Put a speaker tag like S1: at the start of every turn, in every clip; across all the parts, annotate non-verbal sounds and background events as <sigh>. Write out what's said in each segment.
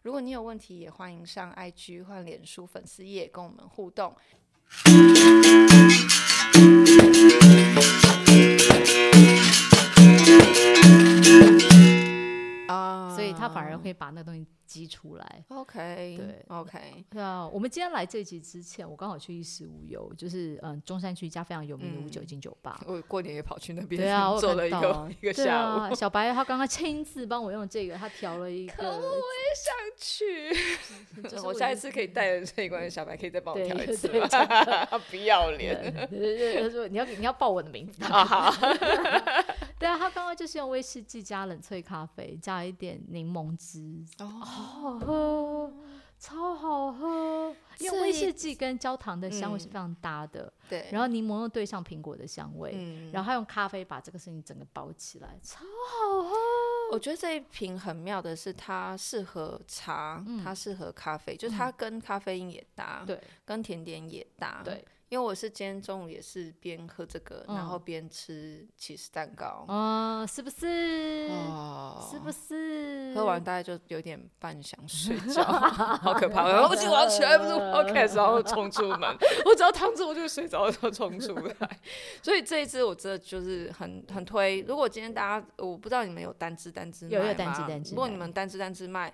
S1: 如果你有问题，也欢迎上 IG 换脸书粉丝页跟我们互动。啊
S2: 所以他反而会把那东西激出来。
S1: OK，
S2: 对
S1: ，OK，
S2: 那我们今天来这集之前，我刚好去衣食无忧，就是嗯中山区一家非常有名的
S1: 嗯
S2: 无酒精酒吧。
S1: 我过年也跑去那边 <laughs>
S2: 对啊，我有
S1: 做
S2: 看
S1: 了一
S2: 到
S1: 个
S2: 啊
S1: 一个
S2: 对
S1: 下午， <laughs>
S2: 啊，小白他刚刚亲自帮我用这个，他调了一
S1: 可恶
S2: 个，
S1: 我也想去。
S2: 就是
S1: 我下一次可以带着这一关的小白，可以再帮我
S2: 对
S1: 调一次
S2: 对
S1: 吗？ <laughs> 不要脸！
S2: 对对对，他说你要你要报我的名字。
S1: 啊好，
S2: 对啊，他刚刚就是用威士忌加冷萃咖啡，加一点柠檬汁，
S1: 哦，
S2: 好喝，超好喝。因为
S1: 所
S2: 威
S1: 以
S2: 士忌跟焦糖的香味是
S1: 嗯
S2: 非常搭的，
S1: 对，
S2: 然后柠檬又对上苹果的香味，
S1: 嗯，
S2: 然后他用咖啡把这个事情整个包起来，超
S1: 我觉得这一瓶很妙的是，它适合茶，它适合咖啡，就是它跟咖啡因也搭，
S2: 嗯对
S1: 跟甜点也搭。，
S2: 对，
S1: 因为我是今天中午也是边喝这个，
S2: 嗯
S1: 然后边吃起司蛋糕。
S2: 嗯，是不是？
S1: 哦
S2: 是不是？
S1: 喝完大概就有点半
S2: <laughs>
S1: 想睡觉，好可怕！然后我今天我要起来不是 podcast，然后冲出
S2: <laughs>
S1: 门，我只要躺着我就睡着，然后冲出来。所以这一支我真的就是很很推。如果今天大家，我不知道你们有单支单支卖
S2: 有有
S1: 吗
S2: 单支单支
S1: 如果你
S2: 卖
S1: 们单支单支卖。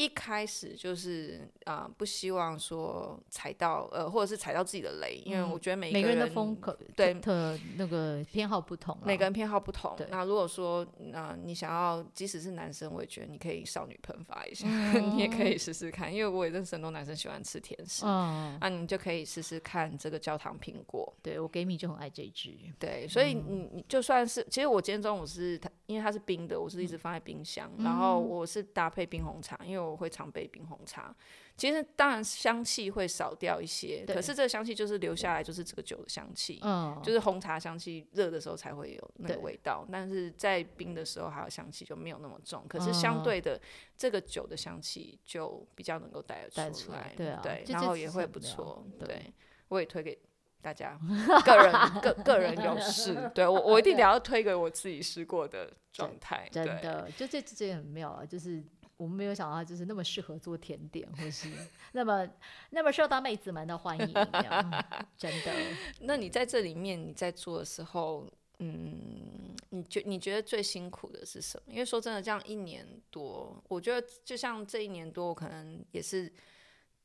S1: 一开始就是啊、呃不希望说踩到呃，或者是踩到自己的雷，因为
S2: 嗯
S1: 我觉得每一
S2: 每
S1: 个
S2: 个人的风格
S1: 对
S2: 特那个偏好不同啦，
S1: 每个人偏好不同
S2: 啊对。
S1: 那如果说，那、你想要，即使是男生，我也觉得你可以少女喷发一下， <laughs> 你也可以试试看，因为我也认识很多男生喜欢吃甜食，
S2: 嗯，
S1: 那你就可以试试看这个焦糖苹果。
S2: 对我给米就很爱这一支，
S1: 对，所
S2: 嗯
S1: 以你你就算是，其实我今天中午是它，因为它是冰的，我是一
S2: 嗯
S1: 直放在冰箱，然后我是搭配冰红茶，因为我会常备冰红茶。其实当然香气会少掉一些，
S2: 对
S1: 可是这个香气就是留下来，就是这个酒的香气。
S2: 嗯，
S1: 就是红茶香气热的时候才会有那个
S2: 对
S1: 味道，但是在冰的时候还有香气就没有那么重。可是
S2: 嗯
S1: 相对的，这个酒的香气就比较能够带
S2: 带
S1: 得
S2: 出来
S1: 来，
S2: 对啊就
S1: 然
S2: 这
S1: 后
S2: 次
S1: 也
S2: 是
S1: 会
S2: 很
S1: 不
S2: 妙
S1: 错。
S2: 对
S1: 对，我也推给大家，个人个个人有事，对我我一定得要推给我自己试过的状态。
S2: <laughs> 真
S1: 对，
S2: 的，就这这也很妙啊，就是我们没有想到它就是那么适合做甜点，
S1: <laughs>
S2: 或是那么那么受到妹子们的欢迎，有没有
S1: <laughs>
S2: 嗯真的。
S1: 那你在这里面你在做的时候。嗯，你觉你觉得最辛苦的是什么？因为说真的，这样一年多，我觉得就像这一年多，我可能也是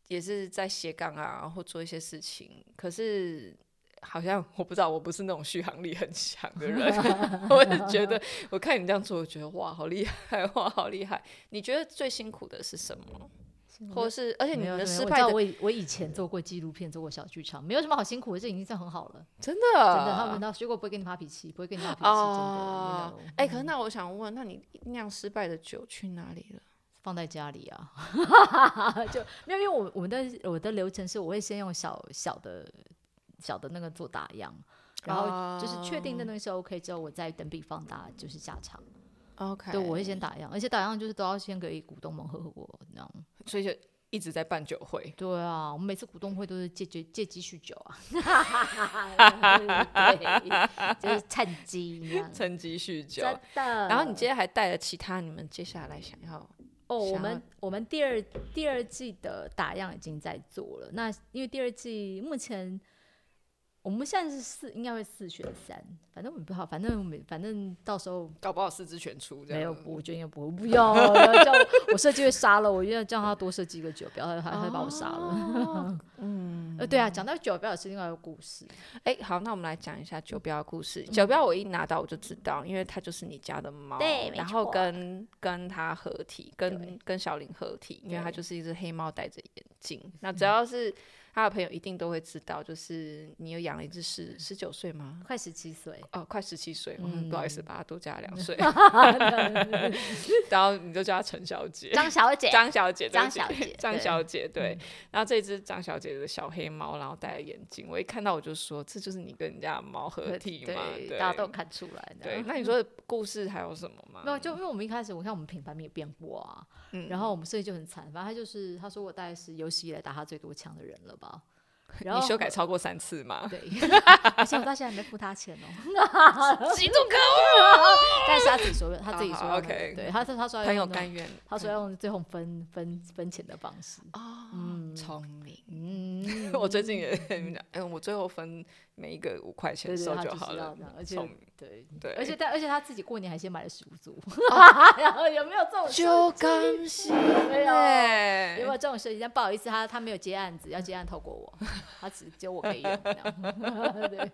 S1: 也是在斜杠啊，或做一些事情，可是。好像我不知道，我不是那种续航力很强的人，我也觉得，我看你这样做，我觉得哇，好厉害，哇，好厉害！你觉得最辛苦的是什么？或者是，而且你
S2: 没有
S1: 们的
S2: 没有
S1: 失
S2: 我知
S1: 败
S2: 道
S1: 的
S2: 我以我以前做过纪录片，做过小剧场，没有什么好辛苦的，这已经算很好了。
S1: 真
S2: 真
S1: 的
S2: 的，他们那水果不会跟你发脾气，不会跟你发脾气，
S1: 呃哦
S2: 真的。，
S1: 哎、可是那我想问，那你酿失败的酒去哪里了？
S2: 放在家里啊，
S1: <laughs>
S2: 就没有，因为我我们的我的流程是，我会先用小小的小的那个做打样，然
S1: 哦
S2: 后就是确定那东西是 OK 之后，我再等比放大就是下场。
S1: OK，
S2: 对，我会先打样，而且打样就是都要先给股东们喝过那样。
S1: 所以就一直在办酒会。
S2: 对啊，我们每次股东会都是借借借鸡酗酒
S1: <laughs>
S2: 啊，对，就是趁机那样。
S1: 趁机酗酒
S2: 真，的，
S1: 然后你今天还带了其他你们接下来想要
S2: 哦，我
S1: 想
S2: 们
S1: 要
S2: 我们第二第二季的打样已经在做了。那因为第二季目前我们现在是四，应该会四选三，反正我们不好，反正我们反正到时候
S1: 搞不好四肢全出这
S2: 没有
S1: 样。，
S2: 我觉得应该不会，不要了，叫我
S1: <laughs>
S2: 我设计会杀了我，因为叫他多设计一个酒标，他还会把我杀
S1: 哦
S2: 了。嗯， <laughs> 呃，对啊，讲到酒标也是另外一个故事，
S1: 哎、好，那我们来讲一下
S2: 嗯
S1: 酒标的故事。酒标我一拿到我就知道，因为它就是你家的猫，
S2: 对没
S1: 然后
S2: 错
S1: 跟跟它合体，
S2: 对
S1: 跟跟小林合体，因为它
S2: 对嗯
S1: 就是一只黑猫，戴着眼镜。那只要是他的朋友，一定都会知道，就是你有养了一只十十九岁吗？
S2: 快十七岁，
S1: 哦，快十七岁，我
S2: 嗯
S1: 不好意思，把她多加
S2: <laughs>
S1: 两岁， <laughs> 然后你就叫她陈小姐。
S2: 张小姐，
S1: 张啊小姐，对不起张
S2: 张小姐对嗯
S1: 小姐，对。然后这只张小姐的小黑猫，然后戴了眼镜，我一看到我就说，这就是你跟人家的猫合体嘛，对，
S2: 对，大家都看出来的。
S1: 对。
S2: 嗯
S1: 那你说的故事还有什么吗？
S2: 没有，就因为我们一开始，我看我们品牌没有变过啊，
S1: 嗯
S2: 然后我们设计就很惨，反正他就是他说我大概是有史以来打他最多枪的人了吧，然后
S1: 你修改超过三次
S2: <laughs>
S1: 吗？ <laughs>
S2: 对，而且我到现在还没付他钱哦。
S1: <laughs> 极度可啊
S2: <laughs> 但是他自己说的，他自己说
S1: 好好
S2: 的，
S1: ，OK
S2: 对，他说他说要
S1: 恶，很有
S2: 用那种
S1: 甘愿。
S2: 他说要用最后分分分钱的方式。
S1: 啊，
S2: 嗯
S1: 聪明。
S2: 嗯，
S1: <laughs> 我最近也嗯，我最后分每一个五块钱
S2: 对对
S1: 收
S2: 他就是
S1: 好
S2: 要
S1: 了
S2: 这样而，且
S1: 聪明
S2: 对
S1: 对，哦
S2: 而且他而且他自己过年还先买了十五组， <laughs> 然后有没有这种事？
S1: 就甘心
S2: 没有
S1: 哎
S2: 有没有这种事情？但不好意思，他他没有接案子，要接案透过我， <laughs> 他只只有我可以用。这样 <laughs> 对，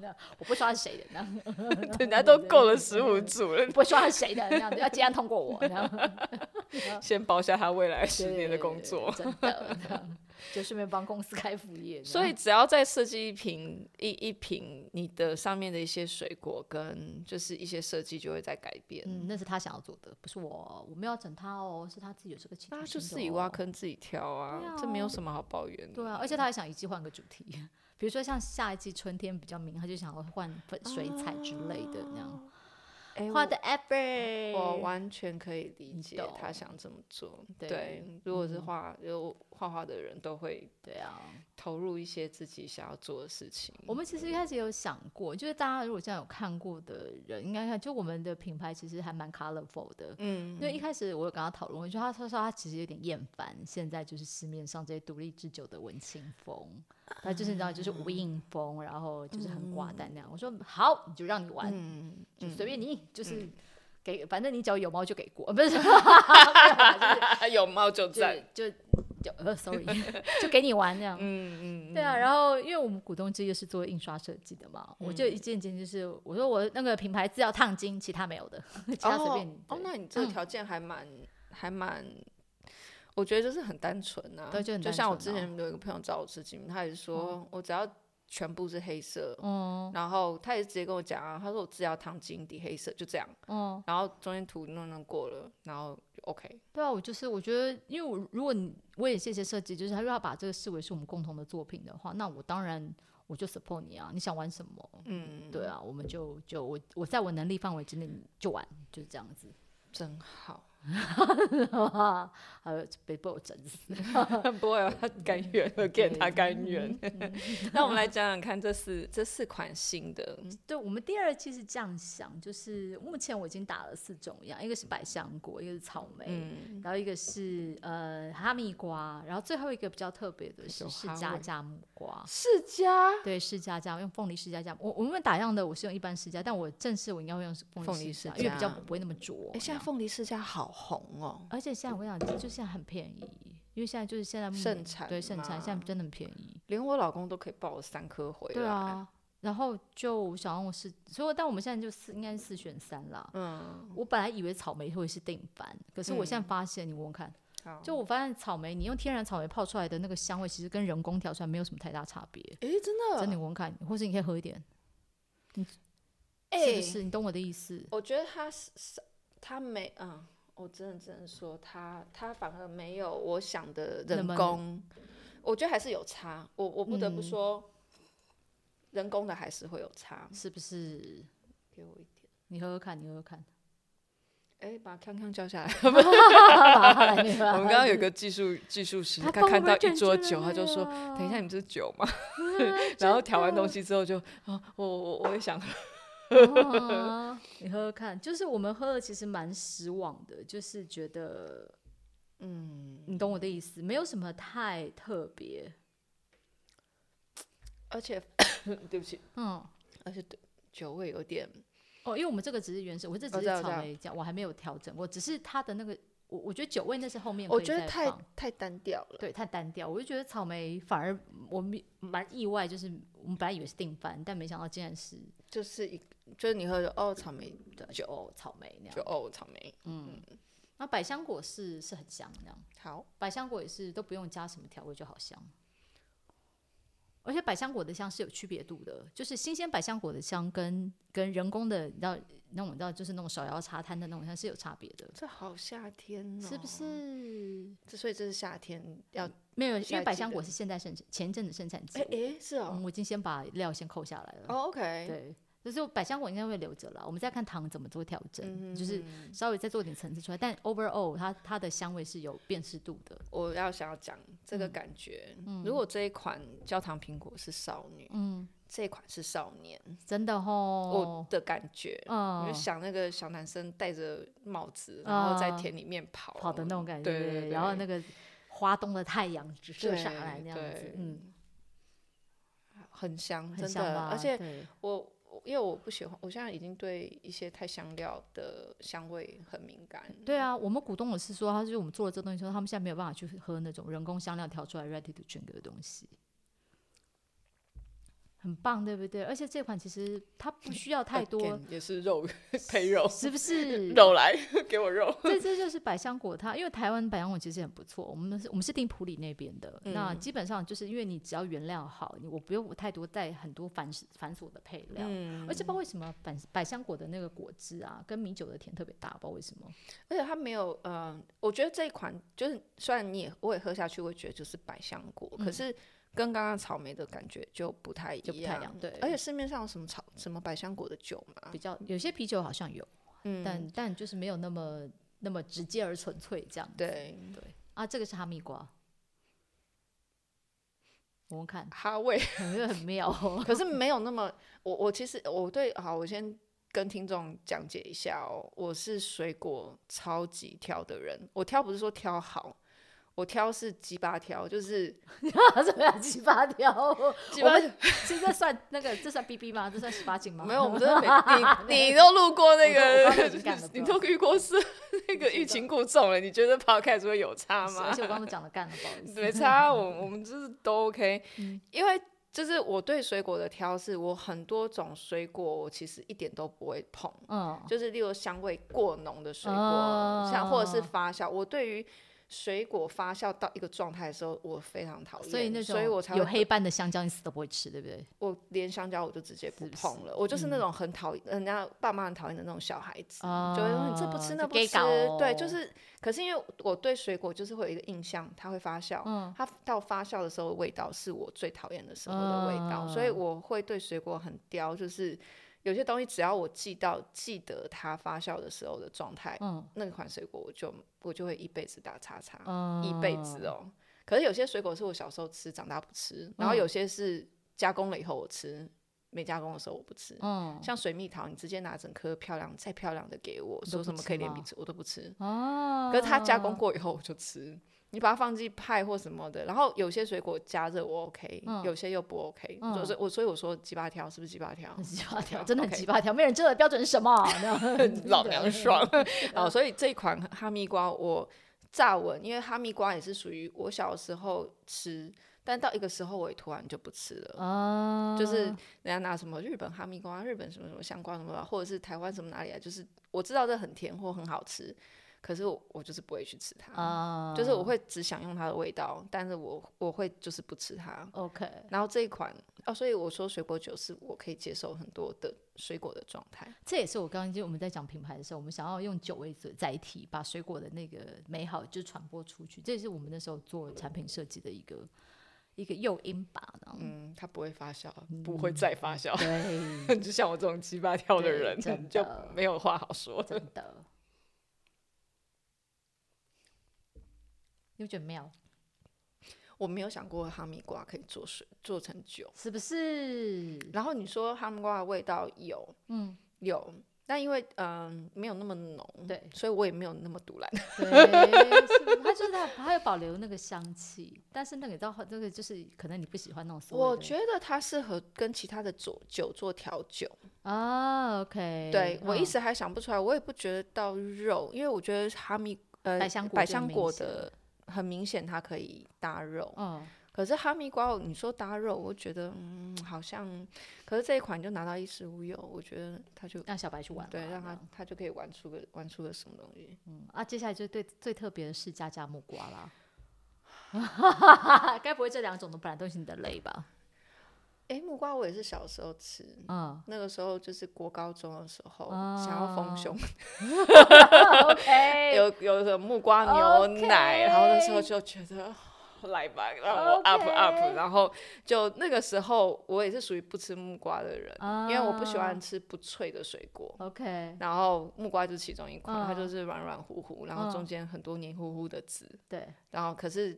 S2: 那样我不说他是谁的，那样
S1: 人家都够了十五组了，
S2: 不会说他是谁的，那样要接案通过我，这样
S1: 先包下他未来十
S2: 对
S1: 年的工作。
S2: 真的，这
S1: <laughs>
S2: 样就顺便帮公司开副业。
S1: 所以只要再设计一瓶一一瓶，你的上面的一些水果跟就是一些设计就会在改变。
S2: 嗯，那是他想要做的，不是我，我没有整他哦，是他自己有这个企图
S1: 大家就
S2: 心的
S1: 自己挖
S2: 哦
S1: 坑自己挑啊，
S2: 对啊
S1: 这没有什么好抱怨的。
S2: 对啊，而且他还想一季换个主题，比如说像下一季春天比较明，他就想要换粉水彩之类的那样。
S1: 啊哎，我
S2: 啊画的 ever，
S1: 我完全可以理
S2: 你
S1: 解
S2: 懂
S1: 他想这么做。
S2: 对嗯
S1: 如果是画有画画的人，都会
S2: 对啊，
S1: 投入一些自己想要做的事情。
S2: 我们其实一开始有想过，就是大家如果这样有看过的人，应该看，就我们的品牌其实还蛮 colorful 的。
S1: 嗯，
S2: 因为一开始我有跟他讨论，我觉得他他说他其实有点厌烦现在就是市面上这些独立制酒的文青
S1: <laughs>
S2: 风，他就是你知道就是无印风，然后就是很寡淡那样。我说好，你就让你玩，
S1: 嗯，
S2: 就
S1: 嗯
S2: 随便你，就是给，反正你只要有猫就给过，不是，没有啦
S1: 啊 <laughs> 有猫就
S2: <laughs> 就是
S1: 在。
S2: 就就就呃，sorry，就 <laughs> 给你玩这样。
S1: 嗯嗯，
S2: 对啊，然后因为我们股东之一是做印刷设计的嘛，我就
S1: 嗯
S2: 一件件就是我说我那个品牌字要烫金，其他没有的， <laughs> 其他随便你
S1: 哦。哦，
S2: 对嗯
S1: 那你这个条件还蛮、还蛮，我觉得就是很单纯啊。
S2: 对就很单
S1: 像我之
S2: 纯啊
S1: 前有一个朋友找我吃鸡，他也是说、我只要全部是黑色。
S2: 嗯
S1: 然后他也直接跟我讲啊，他说我只要烫金底黑色，就这样。
S2: 嗯，
S1: 然后中间涂弄弄过了，然后就 OK。
S2: 对啊，我就是我觉得，因为我如果你我也谢谢设计，就是他如果要把这个视为是我们共同的作品的话，那我当然我就 support 你啊，你想玩什么？
S1: 嗯，
S2: 对啊，我们就就我我在我能力范围之内就玩，就是这样子。 <laughs>
S1: 真好，
S2: 还有被被我整死，
S1: 不会啊，他 <laughs>
S2: 嗯
S1: 甘愿，again，他甘愿。那我们来讲讲看，这四这四款新的，
S2: 对我们第二期是这样想，就是目前我已经打了四种样，一个是百香果，一个是草莓，
S1: 嗯，
S2: 然后一个是呃哈密瓜，然后最后一个比较特别的是
S1: 有
S2: 释
S1: 哈
S2: 迦
S1: 味
S2: 加木瓜。
S1: 世家
S2: 对，释迦酱用凤梨释迦酱，我我们打样的我是用一般释迦，但我正式我应该会用凤
S1: 凤
S2: 梨
S1: 梨释
S2: 释迦，因为比较
S1: 迦
S2: 不会那么浊。
S1: 哎、现在凤梨世家好红哦，
S2: 而且现在我跟你讲，就现在很便宜，因为现在就是现在目
S1: 盛产
S2: 对盛产，现
S1: 嘛
S2: 在真的很便宜。
S1: 连我老公都可以抱三颗回来。
S2: 对啊，然后就想用是，所以但我们现在就四应该是四选三啦。
S1: 嗯，
S2: 我本来以为草莓会是定番，可是我现在发现，你闻闻看，
S1: 好。
S2: 就我发现草莓，你用天然草莓泡出来的那个香味，其实跟人工调出来没有什么太大差别。
S1: 哎、真的，
S2: 真的，你闻闻看，或是你可以喝一点，是
S1: 诶哎
S2: 不是？你懂我的意思？
S1: 我觉得他是是他没，嗯，我真的只能说他他反而没有我想的
S2: 那
S1: 人
S2: 么
S1: 工，我觉得还是有差。我我不得不
S2: 嗯
S1: 说，人工的还是会有差。
S2: 是不是？
S1: 给我一点，
S2: 你喝喝看，你喝喝看。
S1: 哎、把康康叫 <laughs> 下来。 <laughs> 我
S2: 我
S1: 们刚刚有个技术技术师，
S2: 他
S1: 他
S2: 帮
S1: 看
S2: 我
S1: 到
S2: 们
S1: 一桌
S2: 拯救
S1: 酒，他就说
S2: 了：“啊
S1: 等一下，你们这是酒吗？” <laughs> 然后调完东西之后就，哦，我我我也想喝。
S2: 哦你喝喝看，就是我们喝了其实蛮失望的，就是觉得，嗯，你懂我的意思，没有什么太特别，
S1: 而且， <coughs> 对不起，
S2: 嗯，
S1: 而且酒味有点
S2: 哦，因为我们这个只是原始，我这只
S1: 我
S2: 是
S1: 知道我知
S2: 草
S1: 道
S2: 莓酱，我还没有调整过，只是它的那个，我我觉得酒味那是后面可以
S1: 我觉得
S2: 再
S1: 太
S2: 放
S1: 太单调了。
S2: 对太单调，我就觉得草莓反而我们蛮意外，就是我们本来以为是定番，但没想到竟然是
S1: 就是一就是你喝的哦草莓
S2: 对
S1: 酒
S2: 哦草莓那样
S1: 就，哦草莓，
S2: 然后百香果是是很香那样。
S1: 好
S2: 百香果也是都不用加什么调味就好香，而且百香果的香是有区别度的，就是新鲜百香果的香跟跟人工的，你知道那种你知道就是那种手摇茶摊的那种香是有差别的，
S1: 这好夏天哦，
S2: 是不？是？
S1: 这所以这是夏天要
S2: 没有，因
S1: 下一
S2: 为
S1: 季
S2: 百香果
S1: 的
S2: 是现在生前阵子生产季
S1: 哎，诶是
S2: 嗯
S1: 哦
S2: 我已经先把料先扣下来了。
S1: 哦 OK，
S2: 嗯对，就是百香果应该会留着啦，我们再看糖怎么做调整，
S1: 嗯
S2: 就是稍微再做点层次出来。但 overall 它它的香味是有辨识度的，
S1: 我要想要讲这
S2: 嗯
S1: 个感觉。如果这一款焦糖苹果是少女，
S2: 嗯，哦
S1: 这一款是少年，
S2: 真的
S1: 我
S2: 吼。
S1: 的感觉，我就
S2: 嗯，
S1: 想那个小男生戴着帽子，然后在
S2: 啊
S1: 田里面跑
S2: 跑的那种感觉，
S1: 对对对
S2: 然后那个花东的太阳直射
S1: 对
S2: 上来那样子
S1: 对，
S2: 嗯，
S1: 很香，
S2: 很
S1: 真
S2: 香
S1: 的，
S2: 吧？
S1: 而且
S2: 对
S1: 我我因为我不喜欢，我现在已经对一些太香料的香味很敏感。
S2: 对啊，我们股东也是说，他就是我们做了这东西之后，他们现在没有办法去喝那种人工香料调出来 ready to drink 的东西，很棒，对不对？而且这款其实它不需要太多，
S1: 呃 Again，也是肉 <laughs> 配肉，
S2: 是不是？
S1: 肉来 <laughs> 给我肉。
S2: 这这就是百香果它，因为台湾百香果其实很不错，我们是我们是定普里那边的，
S1: 嗯
S2: 那基本上就是因为你只要原料好，你我不用太多带很多繁繁琐的配料。
S1: 嗯，
S2: 而且不知道为什么百百香果的那个果汁啊，跟米酒的甜特别大，不知道为什么。
S1: 而且它没有，呃，我觉得这一款就是，虽然你也我也喝下去，我也觉得就是百香果，可是跟刚刚草莓的感觉嗯就不太一样，
S2: 就不太一样对
S1: 而且市面上有什么草什么百香果的酒吗？
S2: 比较有些啤酒好像有，
S1: 嗯
S2: 但但就是没有那么那么直接而纯粹这样子。
S1: 对，
S2: 对啊，这个是哈密瓜，我们看 <laughs>
S1: 哈味，
S2: 很很妙 <laughs> 哦。
S1: 可是没有那么，我我其实我对好，我先跟听众讲解一下哦，我是水果超级挑的人，我挑不是说挑好，我挑是鸡巴挑，就是
S2: <laughs> 怎么样？七八条？
S1: 鸡
S2: 我
S1: 巴
S2: 们现在算那个，这算 BB 吗？这算十八禁吗？
S1: 没有，我们真的没
S2: <laughs>
S1: 你，你都路过那
S2: 哦我
S1: 个
S2: 都我刚刚已经
S1: <laughs>
S2: 干了，
S1: 你
S2: 不
S1: 都
S2: 好
S1: 遇过
S2: <laughs>
S1: 是那个欲擒故纵了，你觉得 podcast 会有差
S2: 是啊而
S1: 吗
S2: 且？我刚刚讲了干了，不好意思。
S1: 没差，啊我我们就是都 OK，因
S2: 嗯
S1: 为就是我对水果的挑是，我很多种水果我其实一点都不会碰， <laughs>
S2: 嗯，
S1: 就是例如香味过浓的水果，
S2: 哦
S1: 像或者是发酵，我对于。水果发酵到一个状态的时候，我非常讨厌，
S2: 所以那种
S1: 所以我才
S2: 有
S1: 会
S2: 黑斑的香蕉，你死都不会吃，对不对？
S1: 我连香蕉我就直接不
S2: 是不是嗯
S1: 碰了，我就是那种很讨厌、人家爸妈很讨厌的那种小孩子，
S2: 啊
S1: 就会说你这不吃那
S2: 就
S1: 不
S2: 给
S1: 吃，
S2: 搞哦
S1: 对，就是。可是因为我对水果就是会有一个印象，它会发酵，
S2: 嗯
S1: 它到发酵的时候的味道是我最讨厌的时候的味道，
S2: 啊
S1: 所以我会对水果很刁，就是有些东西只要我记到记得它发酵的时候的状态，
S2: 嗯
S1: 那款水果我就我就会一辈子打叉叉。
S2: 嗯，
S1: 一辈子哦。可是有些水果是我小时候吃，长大不吃，然后
S2: 嗯
S1: 有些是加工了以后我吃，没加工的时候我不吃。
S2: 嗯
S1: 像水蜜桃，你直接拿整颗漂亮再漂亮的给我，
S2: 你
S1: 说
S2: 都不
S1: 什么可以
S2: 吃
S1: 连
S2: 吗
S1: 皮吃，我都不吃。
S2: 哦，
S1: 可是它加工过以后我就吃，你把它放进派或什么的。然后有些水果加热我 OK，、
S2: 嗯
S1: 有些又不 OK、
S2: 嗯
S1: 所以我所以我说鸡巴挑是不是鸡巴挑？
S2: 很鸡巴
S1: <laughs>
S2: 条，真的很
S1: OK
S2: 鸡巴条，没人知道的标准是什
S1: <laughs>
S2: 么？没有
S1: 老娘爽哦，所以这一款哈密瓜我乍闻，因为哈密瓜也是属于我小时候吃，但到一个时候我也突然就不吃了。
S2: 啊，
S1: 就是人家拿什么日本哈密瓜、日本什么什么香瓜什么的，或者是台湾什么哪里啊，就是我知道这很甜或很好吃，可是我我就是不会去吃它，
S2: 啊，
S1: 就是我会只享用它的味道，但是我我会就是不吃它。
S2: <laughs> OK，
S1: 然后这一款哦，所以我说水果酒是我可以接受很多的水果的状态。
S2: 这也是我刚刚就我们在讲品牌的时候，我们想要用酒为载载体，把水果的那个美好就传播出去，这也是我们那时候做产品设计的一个一个诱因吧。然后
S1: 嗯，它不会发酵，不会再发酵。
S2: 对，
S1: <laughs> 就像我这种鸡巴跳的
S2: 对
S1: 人 <laughs>
S2: 真，
S1: 就
S2: 的
S1: 没有话好说。
S2: <laughs> 真的，你不觉得妙？
S1: 我没有想过哈密瓜可以做水做成酒。
S2: 是不是？
S1: 然后你说哈密瓜的味道有，嗯，有，但因为嗯、没有那么浓，
S2: 对
S1: 所以我也没有那么独揽。
S2: 对，
S1: <laughs>
S2: 是不是它就是它，它有保留那个香气，但是那个到后那个就是可能你不喜欢那种所
S1: 我
S2: 谓的
S1: 觉得它适合跟其他的酒酒做调酒。
S2: 啊，OK，
S1: 对我一
S2: 嗯
S1: 时还想不出来，我也不觉得到肉，因为我觉得哈密呃
S2: 百香果
S1: 百
S2: 就
S1: 香
S2: 明
S1: 果
S2: 显
S1: 的很明显它可以搭肉，
S2: 嗯
S1: 可是哈密瓜，你说搭肉，我觉得嗯好像，可是这一款就拿到衣食无忧，我觉得他就嗯
S2: 让小白去玩啦，
S1: 对，让
S2: 这
S1: 他
S2: 样
S1: 他就可以玩出个玩出个什么东西。
S2: 嗯啊，接下来就对最特别的是加加木瓜
S1: <laughs>
S2: 啦，该不会这两种都本来都是你的雷吧？
S1: 诶，木瓜我也是小时候吃， <laughs>
S2: 嗯
S1: 那个时候就是国高中的时候，想要丰胸，
S2: ，OK，
S1: 有有什么木瓜牛奶，然后那时候就觉得哦来吧，让我 up
S2: OK
S1: up。然后就那个时候，我也是属于不吃木瓜的人，因为我不喜欢吃不脆的水果。
S2: <laughs> OK，
S1: 然后木瓜就是其中一款，它
S2: 嗯
S1: 就是软软乎乎，然后
S2: 嗯
S1: 中间很多黏糊糊的籽，
S2: 对，
S1: 然后可是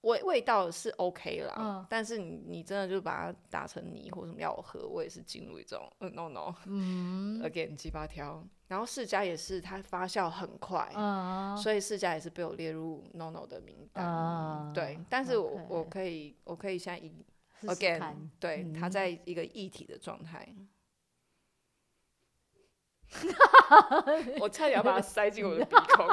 S1: 味味道是 OK 啦，
S2: 嗯
S1: 但是你你真的就把它打成泥或什么要我喝，我也是进入一种嗯 no no
S2: 嗯
S1: again 鸡巴挑。然后世家也是，它发酵很快，
S2: 嗯，
S1: 所以世家也是被我列入 no no 的名单。
S2: 啊
S1: 对，但是我
S2: OK
S1: 我可以我可以现在以
S2: 试试
S1: again
S2: 看
S1: 对、它
S2: 嗯
S1: 在一个一体的状态。我差点要把它塞进我的鼻 <laughs> 孔，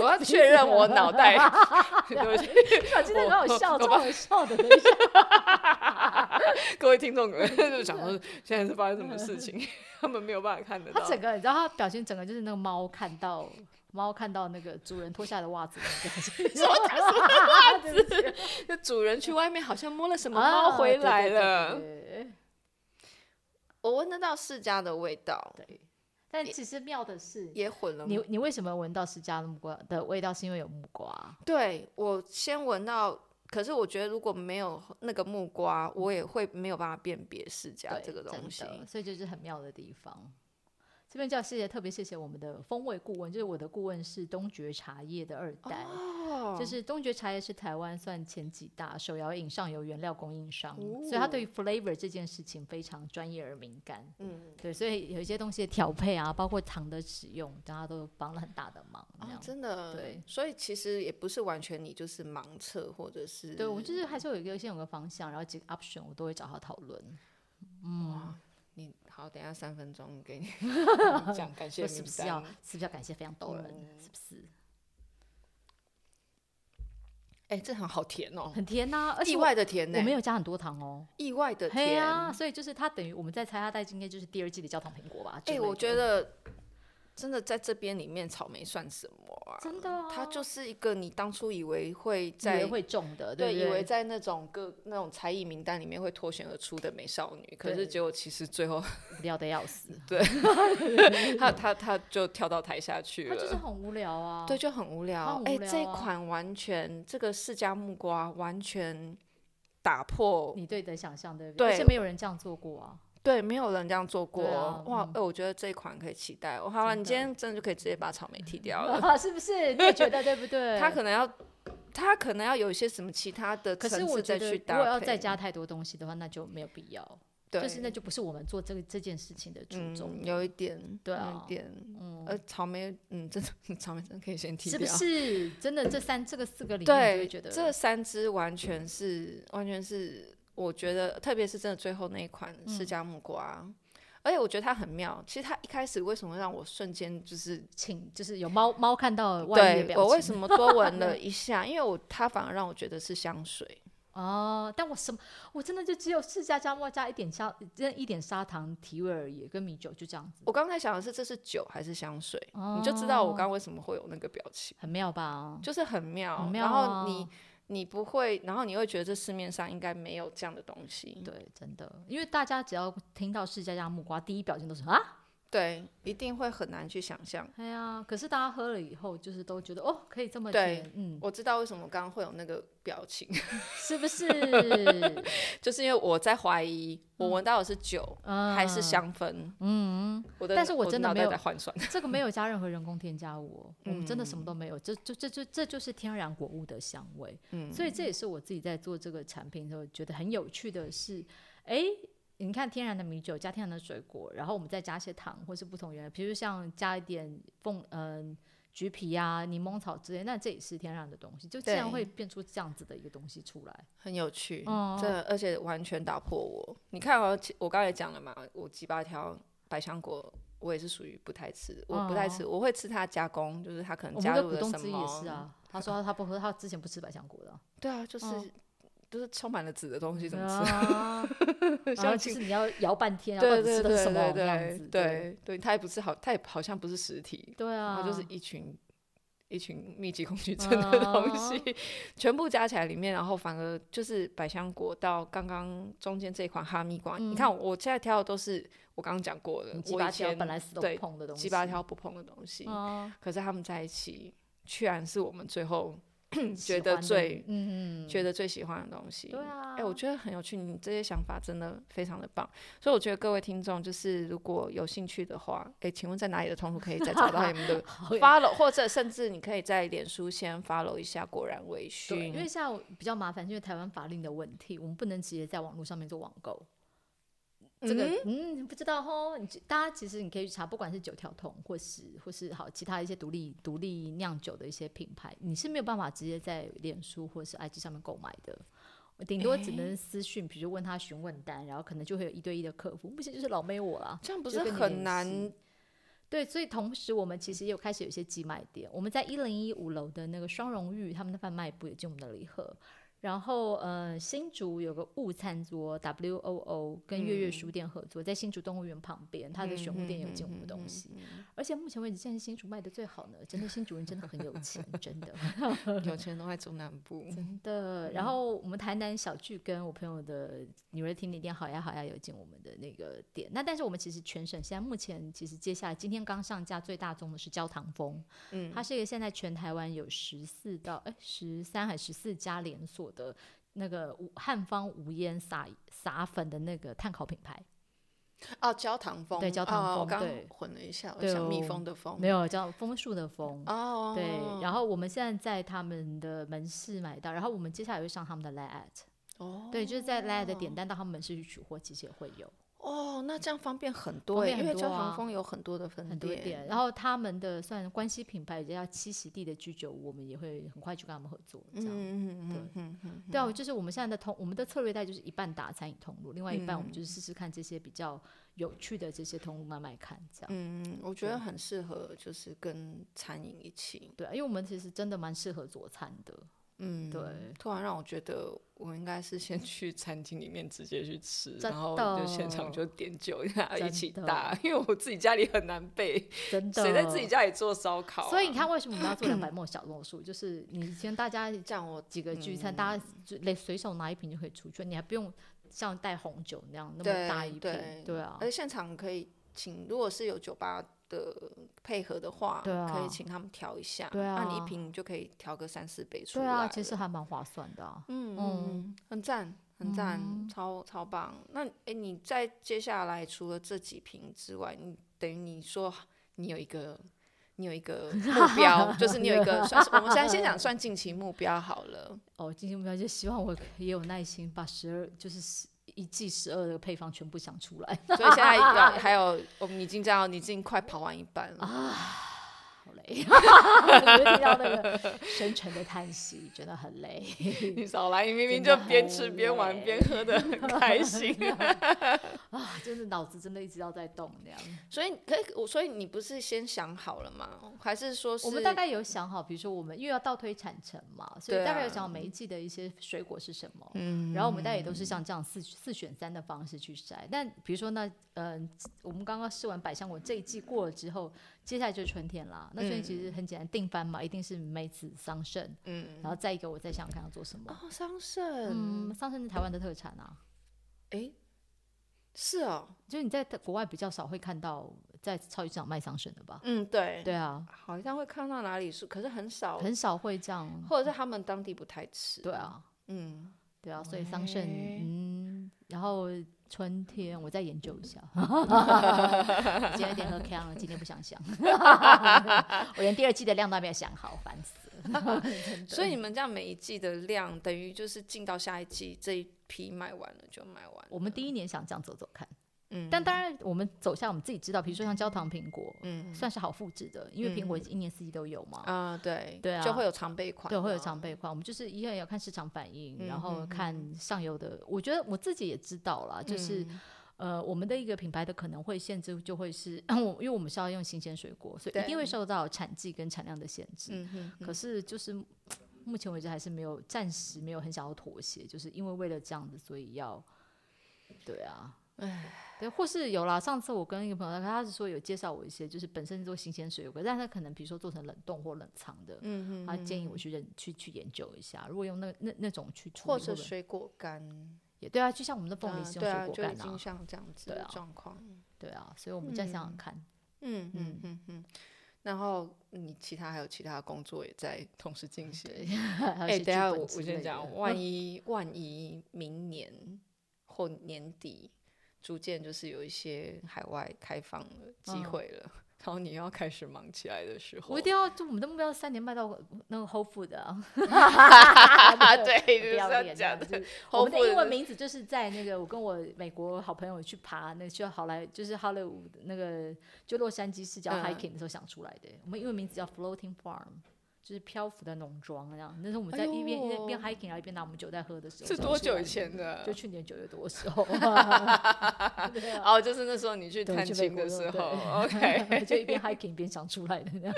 S1: 我要确认我脑 <laughs> 袋有
S2: 哇真的很好笑，
S1: 我
S2: 超好笑的，等一下
S1: 各位听众可 <laughs> 能就想说，现在是发生什么事 <laughs> 情，他们没有办法看得
S2: 他
S1: 到。
S2: 整个你知道他表情整个就是那个猫看到猫看到那个主人脱下来的袜子的表情，什么袜子？
S1: 那主人去外面好像摸了什么
S2: <laughs> 啊
S1: 猫回
S2: 对对
S1: 来
S2: 对对
S1: 了，
S2: 对对对
S1: 我闻得到释迦的味道，
S2: 对，但其实妙的是，
S1: 也混了。
S2: 你你为什么闻到释迦的木瓜的味道？是因为有木瓜。
S1: 对我先闻到，可是我觉得如果没有那个木瓜，我也会没有办法辨别释迦
S2: 对
S1: 这个
S2: 真
S1: 东西。
S2: 的所以就是很妙的地方。这边就要谢谢，特别谢谢我们的风味顾问，就是我的顾问是东爵茶叶的二代，
S1: 哦
S2: 就是东爵茶叶是台湾算前几大手摇饮上游原料供应商，
S1: 哦
S2: 所以他对于 flavor 这件事情非常专业而敏感。
S1: 嗯，
S2: 对，所以有一些东西的调配啊，包括糖的使用，大家都帮了很大的忙。这
S1: 哦，
S2: 样，
S1: 真的，
S2: 对，
S1: 所以其实也不是完全你就是盲测或者是
S2: 对我就是还是有一个先有个方向，然后几个 option 我都会找他讨论。
S1: 哇你好，等一下三分钟给你讲，感谢
S2: 说是
S1: 名
S2: 不是要
S1: 单
S2: 是。不是要感谢非常多人？是不是
S1: 哎、这很好甜哦，
S2: 很甜呐、 <laughs> 而且
S1: 意
S2: 我
S1: 外的甜呢、
S2: 我们有加很多糖哦。
S1: 意外的
S2: 嘿
S1: 甜。
S2: 啊，所以就是它等于我们在猜它大概应该就是第二季的焦糖苹果吧。
S1: 哎、
S2: 之类的
S1: 我觉得真的在这边里面，草莓算什么啊？
S2: 真的啊、
S1: 它就是一个你当初以为会
S2: 以为
S1: 在
S2: 会中的，
S1: 对
S2: 不
S1: 以为在那种各那种才艺名单里面会脱颖而出的美少女，可
S2: 对
S1: 是结果其实最后 <laughs>
S2: 无聊的要死，
S1: 她她她就跳到台下去
S2: 它
S1: 了。
S2: 就是很无聊啊。
S1: 对，，就很无
S2: 它
S1: 聊
S2: 很。
S1: 哎、
S2: 无聊
S1: 这
S2: 啊
S1: 款完全这个释迦木瓜完全打破
S2: 你对你的想象对不
S1: 对
S2: 而且没有人这样做过啊。
S1: 对，没有人这样做过、
S2: 啊
S1: 哇！哎、我觉得这一款可以期待。哦，好了，
S2: 真
S1: 你
S2: 的
S1: 今天真的就可以直接把草莓剃掉 <laughs> 了。
S2: <laughs> 是不是？你也觉得对不
S1: <laughs>
S2: 对？
S1: 它可能要，它可能要有一些什么其他的
S2: 可
S1: 层
S2: 是我
S1: 次
S2: 觉
S1: 再
S2: 得，
S1: 去
S2: 如
S1: 搭配。
S2: 果要再加太多东西的话，那就没有必要。
S1: 对，
S2: 就是那就不是我们做这个这件事情的初衷
S1: 嗯，
S2: 了，
S1: 有一点，
S2: 对
S1: 有
S2: 啊
S1: 一点，嗯，呃，草莓，嗯，真的 <laughs> 草莓真的可以先剃
S2: 是
S1: 掉。
S2: 不是？真的，这三这个四个里面，你就
S1: 对
S2: 会觉，得
S1: 这三支完全是，完全是，我觉得，特别是真的最后那一款
S2: 嗯
S1: 释迦木瓜。而且我觉得它很妙，其实它一开始为什么让我瞬间就是
S2: 请就是有猫猫看到外遇
S1: 对
S2: 的表情，
S1: 我为什么多闻
S2: <laughs>
S1: 了一下？因为我它反而让我觉得是香水，
S2: 哦，但我什么，我真的就只有释迦加莫加一点砂，真的一点砂糖、提味而已，跟米酒就这样子，
S1: 我刚才想的是这是酒还是香水，
S2: 哦
S1: 你就知道我刚为什么会有那个表情，
S2: 很妙吧？
S1: 就是很妙。
S2: 很妙
S1: 然后
S2: 啊
S1: 你你不会，然后你会觉得这市面上应该没有这样的东西，
S2: 对，真的，因为大家只要听到释迦加木瓜，第一表情都是啊，
S1: 对，一定会很难去想象。
S2: 哎呀，可是大家喝了以后，就是都觉得哦，可以这么
S1: 对
S2: 甜，嗯，
S1: 我知道为什么刚刚会有那个表情， <laughs>
S2: 是不 <laughs> 是？
S1: 就是因为我在怀疑我闻到的是酒、
S2: 嗯，
S1: 还是香氛。嗯，我的
S2: 但是我
S1: 的
S2: 真的
S1: 脑袋
S2: 没有
S1: 在换
S2: <laughs>
S1: 算。
S2: 这个没有加任何人工添加物哦，我们真的什么都没有，这就这就这就是天然果物的香味。
S1: 嗯
S2: 所以这也是我自己在做这个产品的时候觉得很有趣的是，诶，你看天然的米酒加天然的水果，然后我们再加一些糖或是不同原料，比如像加一点凤嗯、橘皮啊、柠檬草之类，那这也是天然的东西，就自然
S1: 对嗯
S2: 会变出这样子的一个东西出来。
S1: 很有 <laughs> 趣，
S2: 哦
S1: 这而且完全打破我。你看哦，其我刚才讲了嘛，我鸡巴条百香果，我也是属于不太吃的，我不太吃，我会吃它加工，就是它可能
S2: 嗯我们
S1: 加
S2: 的
S1: 入
S2: 股
S1: 了
S2: 东
S1: 什
S2: 之一也
S1: 么。
S2: 是啊，他说他不喝，他之前不吃百香果的啊，
S1: 对啊，就是、
S2: 嗯
S1: 就是充满了籽的东西怎么 <laughs> 吃？
S2: 啊然后
S1: 像
S2: 就
S1: 青
S2: 是你要摇半天，然
S1: 对
S2: 后到底
S1: 对
S2: 吃的
S1: 对
S2: 是什
S1: 对
S2: 么这样子
S1: 对，对对，它也不是好，它也好像不是实体，
S2: 对啊，啊
S1: 它就是一群。一群密集恐惧症的东西， <laughs> 全部加起来里面，然后反而就是百香果到刚刚中间这一款哈密瓜，你看我现在挑的都是我刚刚讲过的
S2: 嗯你，鸡
S1: 我
S2: 巴
S1: 以
S2: 挑
S1: 前
S2: 本来死都不
S1: 对
S2: 碰的东西，
S1: 鸡巴挑不碰的东西，
S2: 哦
S1: 可是他们在一起，居然是我们最后
S2: 喜
S1: 觉得
S2: 欢的
S1: 最
S2: 嗯嗯
S1: 觉得最喜欢的东西。
S2: 对啊，
S1: 哎、我觉得很有趣，你这些想法真的非常的棒，所以我觉得各位听众就是如果有兴趣的话，哎、请问在哪里的通路可以再找到你们的
S2: <laughs> 好有
S1: follow，或者甚至你可以在脸书先 follow 一下，果然微醺，
S2: 对，因为现在比较麻烦，因为台湾法令的问题，我们不能直接在网络上面做网购。这个
S1: 嗯
S2: 嗯不知道吼，你就大家其实你可以去查，不管是九条桶，或是或是好其他一些独立独立酿酒的一些品牌，你是没有办法直接在脸书或是 IG 上面购买的。我顶多只能私讯，比如问他询问单，然后可能就会有一对一的客服，目前就是老妹我啦。
S1: 这样不
S2: 就是跟你联
S1: 很难
S2: 系对，所以同时我们其实也有开始有一些寄卖点。我们在一零一五楼的那个双荣玉他们的贩卖部也进我们的礼盒。然后呃，新竹有个雾餐桌 W O O 跟月月书店合作，在新竹动物园旁边，它的玄武店
S1: 嗯
S2: 也有进我们的东西。而且目前为止，现在新竹卖的最好呢，真的新竹人真的很有钱，真的
S1: 嗯有钱人都在中南部，
S2: 真的。
S1: 嗯
S2: 然后我们台南小巨跟我朋友的女儿听你店好呀好呀有进我们的那个店，那但是我们其实全省现在目前其实接下来今天刚上架最大宗的是焦糖风，
S1: 嗯
S2: 它是一个现在全台湾有十四到哎十三还十四家连锁的那个无汉方无烟撒撒粉的那个碳烤品牌，
S1: 哦，焦糖风，
S2: 对焦糖
S1: 哦
S2: 风
S1: 我刚
S2: 对
S1: 混了一下，我
S2: 对
S1: 想蜜
S2: 哦
S1: 蜂的蜂，
S2: 没有叫枫树的枫。
S1: 哦，
S2: 对，然后我们现在在他们的门市买到，然后我们接下来会上他们的 Line，
S1: 哦，
S2: 对，就是在 Line 的点单到他们门市去取货，其实也会有。
S1: 哦，那这样方便很多
S2: 方
S1: 欸，
S2: 便
S1: 因为
S2: 很
S1: 焦
S2: 多
S1: 糖
S2: 啊
S1: 风有很多的分
S2: 很多店，然后他们的算关系品牌也叫七席地的居酒屋，我们也会很快去跟他们合作，这
S1: 嗯
S2: 样。
S1: 嗯
S2: 对
S1: 嗯嗯嗯，
S2: 对啊，就是我们现在的通，我们的策略带就是一半打餐饮通路，另外一半我们
S1: 嗯
S2: 就是试试看这些比较有趣的这些通路慢慢看，这样。
S1: 嗯，我觉
S2: 对
S1: 得很适合，就是跟餐饮一起。
S2: 对啊，因为我们其实真的蛮适合佐餐的，
S1: 嗯，
S2: 对
S1: 突然让我觉得，我应该是先去餐厅里面直接去吃，
S2: 真
S1: 然后就现场
S2: 的
S1: 就点酒，然后一
S2: 真
S1: 起
S2: 的
S1: 打，因为我自己家里很难备，
S2: 真的。
S1: 谁在自己家里做烧烤啊、
S2: 所以你看，为什么我们要做两百梦 <coughs> 小榕树？就是你以前大家
S1: 这样我
S2: 几个聚
S1: 嗯
S2: 餐，大家就来随手拿一瓶就可以出去，你还不用像带红酒那样那么
S1: 对
S2: 大一瓶，
S1: 对
S2: 对啊
S1: 而。呃且现场可以请，如果是有酒吧的配合的话，
S2: 对
S1: 可以
S2: 啊
S1: 请他们调一下，
S2: 对
S1: 那你一
S2: 啊
S1: 瓶就可以调个三四杯出来
S2: 对
S1: 了。
S2: 啊，其实还蛮划算的啊。
S1: 嗯，嗯嗯，很赞，很赞，
S2: 嗯
S1: 超超棒。那哎、诶你在接下来除了这几瓶之外，你等于你说你有一个。你有一个目标，就是你有一
S2: <laughs>
S1: 个算是我们现在先讲算近期目标好了。
S2: 哦，今天目标就希望我可以也有耐心把十二就是十一季十二的配方全部想出来。
S1: 所
S2: <laughs>
S1: 以现在要还有，我们已经这样，你已经快跑完一半了。
S2: 啊好累，你会听到那个深沉的叹息，觉得很累。 <laughs>
S1: 你少来，你明明就
S2: 真的
S1: 边
S2: 好
S1: 吃边玩
S2: 累
S1: 边喝的
S2: <laughs>
S1: 很开心。
S2: 啊，就是脑子真的一直要在动那样。
S1: 所以可以，我所以你不是先想好了吗？还是说是
S2: 我们大概有想好，比如说我们因为要倒推产程嘛，所以
S1: 对啊
S2: 大概有想好每一季的一些水果是什么。嗯，然后我们大概也都是像这样四四选三的方式去筛。但比如说呢，嗯、我们刚刚试完百香果这一季过了之后，接下来就是春天啦。那春天其实很简单，定番嘛，一定是梅子、桑葚，
S1: 嗯
S2: 然后再一个我再想想看要做什么。
S1: 哦，桑葚，
S2: 嗯，桑葚是台湾的特产啊，
S1: 哎，是哦，
S2: 就是你在国外比较少会看到在超级市场卖桑葚的吧？
S1: 嗯，对，
S2: 对啊，
S1: 好像会看到哪里是，可是很少，
S2: 很少会这样。
S1: 或者是他们当地不太吃。
S2: 对，啊，
S1: 嗯，
S2: 对啊，所以桑葚，
S1: 喂
S2: 嗯，然后春天我再研究
S1: <laughs>
S2: 一下。今天有点喝 K 了，今天不
S1: <laughs>
S2: 想想，我连第二季的量都还没有想好，烦死了。
S1: 所以
S2: 嗯
S1: 你们这样每一季的量，等于就是进到下一季这一批卖完了就卖完了。
S2: 我们第一年想这样走走看，
S1: 嗯
S2: 但当然我们走向我们自己知道，比如说像焦糖苹果，
S1: 嗯
S2: 算是好复制的，因为苹果一年四季都有嘛。
S1: 啊，对
S2: 对啊
S1: 就会有常备款，
S2: 对，会有常。备款。我们就是一样要看市场反应，
S1: 嗯
S2: 然后
S1: 嗯
S2: 看上游的。我觉得我自己也知道啦，就是、呃，我们的一个品牌的可能会限制就会是， <clears throat> 我因为我们是要用新鲜水果，所以一
S1: 对
S2: 定会受到产季跟产量的限制。
S1: 嗯哼，
S2: 可是就是目前为止还是没有，暂时没有很想要妥协，就是因为为了这样子，所以要，对啊，唉，对，或是有啦。上次我跟一个朋友，他是说有介绍我一些，就是本身做新鲜水果，但他可能比如说做成冷冻或冷藏的，
S1: 嗯
S2: 他建议我去认去去研究一下，如果用那那那种去处理，
S1: 或
S2: 会
S1: 者
S2: 不会
S1: 水果干，
S2: 也对啊，就像我们的凤梨
S1: 嗯
S2: 是
S1: 对
S2: 用
S1: 啊，
S2: 水果
S1: 就已
S2: 干啊
S1: 经，像这样子
S2: 对
S1: 的
S2: 啊
S1: 状况。嗯
S2: <laughs> 对啊，所以我们再想想看。
S1: 嗯嗯嗯嗯。然后你其他还有其他的工作也在同时进行。
S2: 对，哎
S1: 哎、等一下我我先讲，万
S2: <laughs>
S1: 一万一明年或年底逐渐就是有一些海外开放的机
S2: 嗯
S1: 会了，然后你又要开始忙起来的时候，
S2: 我一定要，就我们的目标是三年卖到呃那个 Whole Food 的、啊，
S1: <laughs>
S2: <laughs>
S1: 对，
S2: 呃不
S1: 就是
S2: 要
S1: 这样
S2: 脸这样
S1: 讲
S2: 子
S1: 的。。
S2: 我们的
S1: Whole
S2: 英文
S1: Foods
S2: 名字就是在那个我跟我美国好朋友去爬那去好莱就是好莱坞那个就洛杉矶市郊
S1: 嗯
S2: hiking 的时候想出来的。我们英文名字叫 Floating Farm，就是漂浮的农庄那样。那时候我们在一边、
S1: 哎呦
S2: 一边 hiking，然后一啊边拿我们酒在喝的时候，
S1: 是多久以？前的
S2: 就？去年九月多的时
S1: <laughs>
S2: 候。对啊
S1: 哦，就是那时候你去
S2: <laughs> 对
S1: 探
S2: 去
S1: 亲
S2: 美
S1: 的
S2: 国
S1: 时
S2: 了
S1: 候
S2: <laughs> 对
S1: ，OK， <laughs>
S2: 就一边 hiking 一边想出来的那样。